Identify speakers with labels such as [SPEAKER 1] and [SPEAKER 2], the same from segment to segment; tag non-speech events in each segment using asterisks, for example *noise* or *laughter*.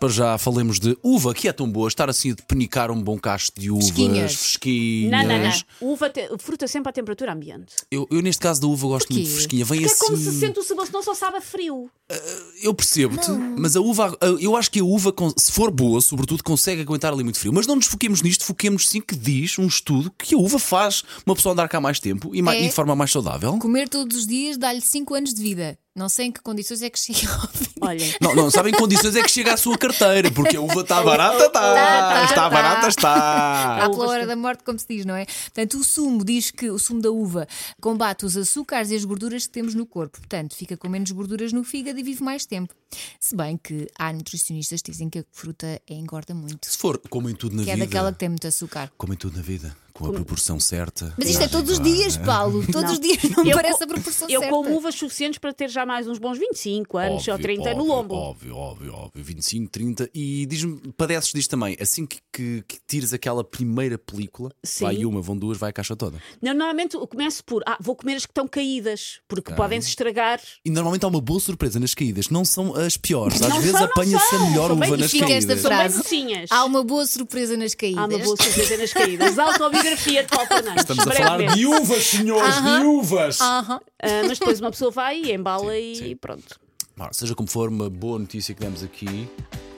[SPEAKER 1] Para já falemos de uva, que é tão boa, estar assim a penicar um bom cacho de uvas,
[SPEAKER 2] Fresquinhas.
[SPEAKER 1] fresquinhas.
[SPEAKER 3] Não, não, não. Uva te- Fruta sempre à temperatura ambiente.
[SPEAKER 1] Eu, eu, neste caso da uva, gosto
[SPEAKER 2] Porquê?
[SPEAKER 1] muito de fresquinha. Vem
[SPEAKER 3] Porque é
[SPEAKER 1] assim.
[SPEAKER 3] como se sente o sabor, senão só sabe a frio.
[SPEAKER 1] Eu percebo-te, mas a uva, eu acho que a uva, con- se for boa, sobretudo, consegue aguentar ali muito frio. Mas não nos foquemos nisto, foquemos sim que diz um estudo que a uva faz uma pessoa andar cá mais tempo e, ma-
[SPEAKER 2] É.
[SPEAKER 1] e de forma mais saudável.
[SPEAKER 2] Comer todos os dias dá-lhe 5 anos de vida. Não sei em que condições é que chega ao fim.
[SPEAKER 3] *laughs* Olha,
[SPEAKER 1] Não, não, sabem que condições é que chega à sua carteira, porque a uva está barata, está.
[SPEAKER 2] Tá, tá,
[SPEAKER 1] está
[SPEAKER 2] tá.
[SPEAKER 1] barata,
[SPEAKER 2] À *laughs*
[SPEAKER 1] está.
[SPEAKER 2] pela hora da morte, como se diz, não é? Portanto, o sumo diz que o sumo da uva combate os açúcares e as gorduras que temos no corpo. Portanto, fica com menos gorduras no fígado e vive mais tempo. Se bem que há nutricionistas que dizem que a fruta é engorda muito.
[SPEAKER 1] Se for, comem tudo na
[SPEAKER 2] Que é
[SPEAKER 1] vida.
[SPEAKER 2] daquela que tem muito açúcar.
[SPEAKER 1] Comem tudo na vida, com a proporção certa.
[SPEAKER 2] Mas isto é todos os dias,
[SPEAKER 1] né? *laughs*
[SPEAKER 2] Paulo. Todos os dias não me
[SPEAKER 3] Eu
[SPEAKER 2] parece
[SPEAKER 3] co-
[SPEAKER 2] a proporção
[SPEAKER 3] eu
[SPEAKER 2] certa.
[SPEAKER 3] como uvas suficientes para ter já mais uns bons 25 anos
[SPEAKER 1] Óbvio,
[SPEAKER 3] ou 30 no
[SPEAKER 1] óbvio,
[SPEAKER 3] lombo.
[SPEAKER 1] Óbvio, óbvio, óbvio. 25, 30. E diz-me, padeces disto também, assim que, que, que tires aquela primeira película,
[SPEAKER 3] Sim.
[SPEAKER 1] vai uma, vão duas, vai a caixa toda.
[SPEAKER 3] Não, normalmente eu começo por ah, vou comer as que estão caídas, porque podem se estragar.
[SPEAKER 1] E normalmente há uma boa surpresa nas caídas, não são as piores. Às
[SPEAKER 3] Não
[SPEAKER 1] vezes
[SPEAKER 3] são, não
[SPEAKER 1] apanha-se a
[SPEAKER 3] são.
[SPEAKER 1] melhor
[SPEAKER 3] São bem
[SPEAKER 1] uva nas
[SPEAKER 2] fica esta
[SPEAKER 1] caídas.
[SPEAKER 3] São bem
[SPEAKER 2] Frase.
[SPEAKER 3] docinhas.
[SPEAKER 2] Há uma boa surpresa nas caídas.
[SPEAKER 3] Há uma boa surpresa nas *laughs* caídas. Autobiografia de Paulo Fernandes.
[SPEAKER 1] Estamos a falar
[SPEAKER 3] brevemente.
[SPEAKER 1] de uvas, senhores, de uvas.
[SPEAKER 2] Aham.
[SPEAKER 3] Ah, mas depois uma pessoa vai e embala e
[SPEAKER 1] sim.
[SPEAKER 3] pronto.
[SPEAKER 1] Ora, seja como for, uma boa notícia que demos aqui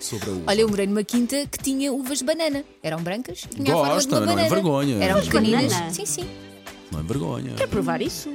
[SPEAKER 1] sobre a uva.
[SPEAKER 2] Olha, eu morei numa quinta que tinha uvas banana. Eram brancas e tinha a forma de
[SPEAKER 1] Gosta,
[SPEAKER 2] uma
[SPEAKER 1] não é
[SPEAKER 2] banana.
[SPEAKER 3] um
[SPEAKER 1] vergonha.
[SPEAKER 2] Eram
[SPEAKER 1] Uvas
[SPEAKER 2] pequeninas.
[SPEAKER 3] banana?
[SPEAKER 2] Sim, sim.
[SPEAKER 1] Não é vergonha.
[SPEAKER 3] Quer provar isso?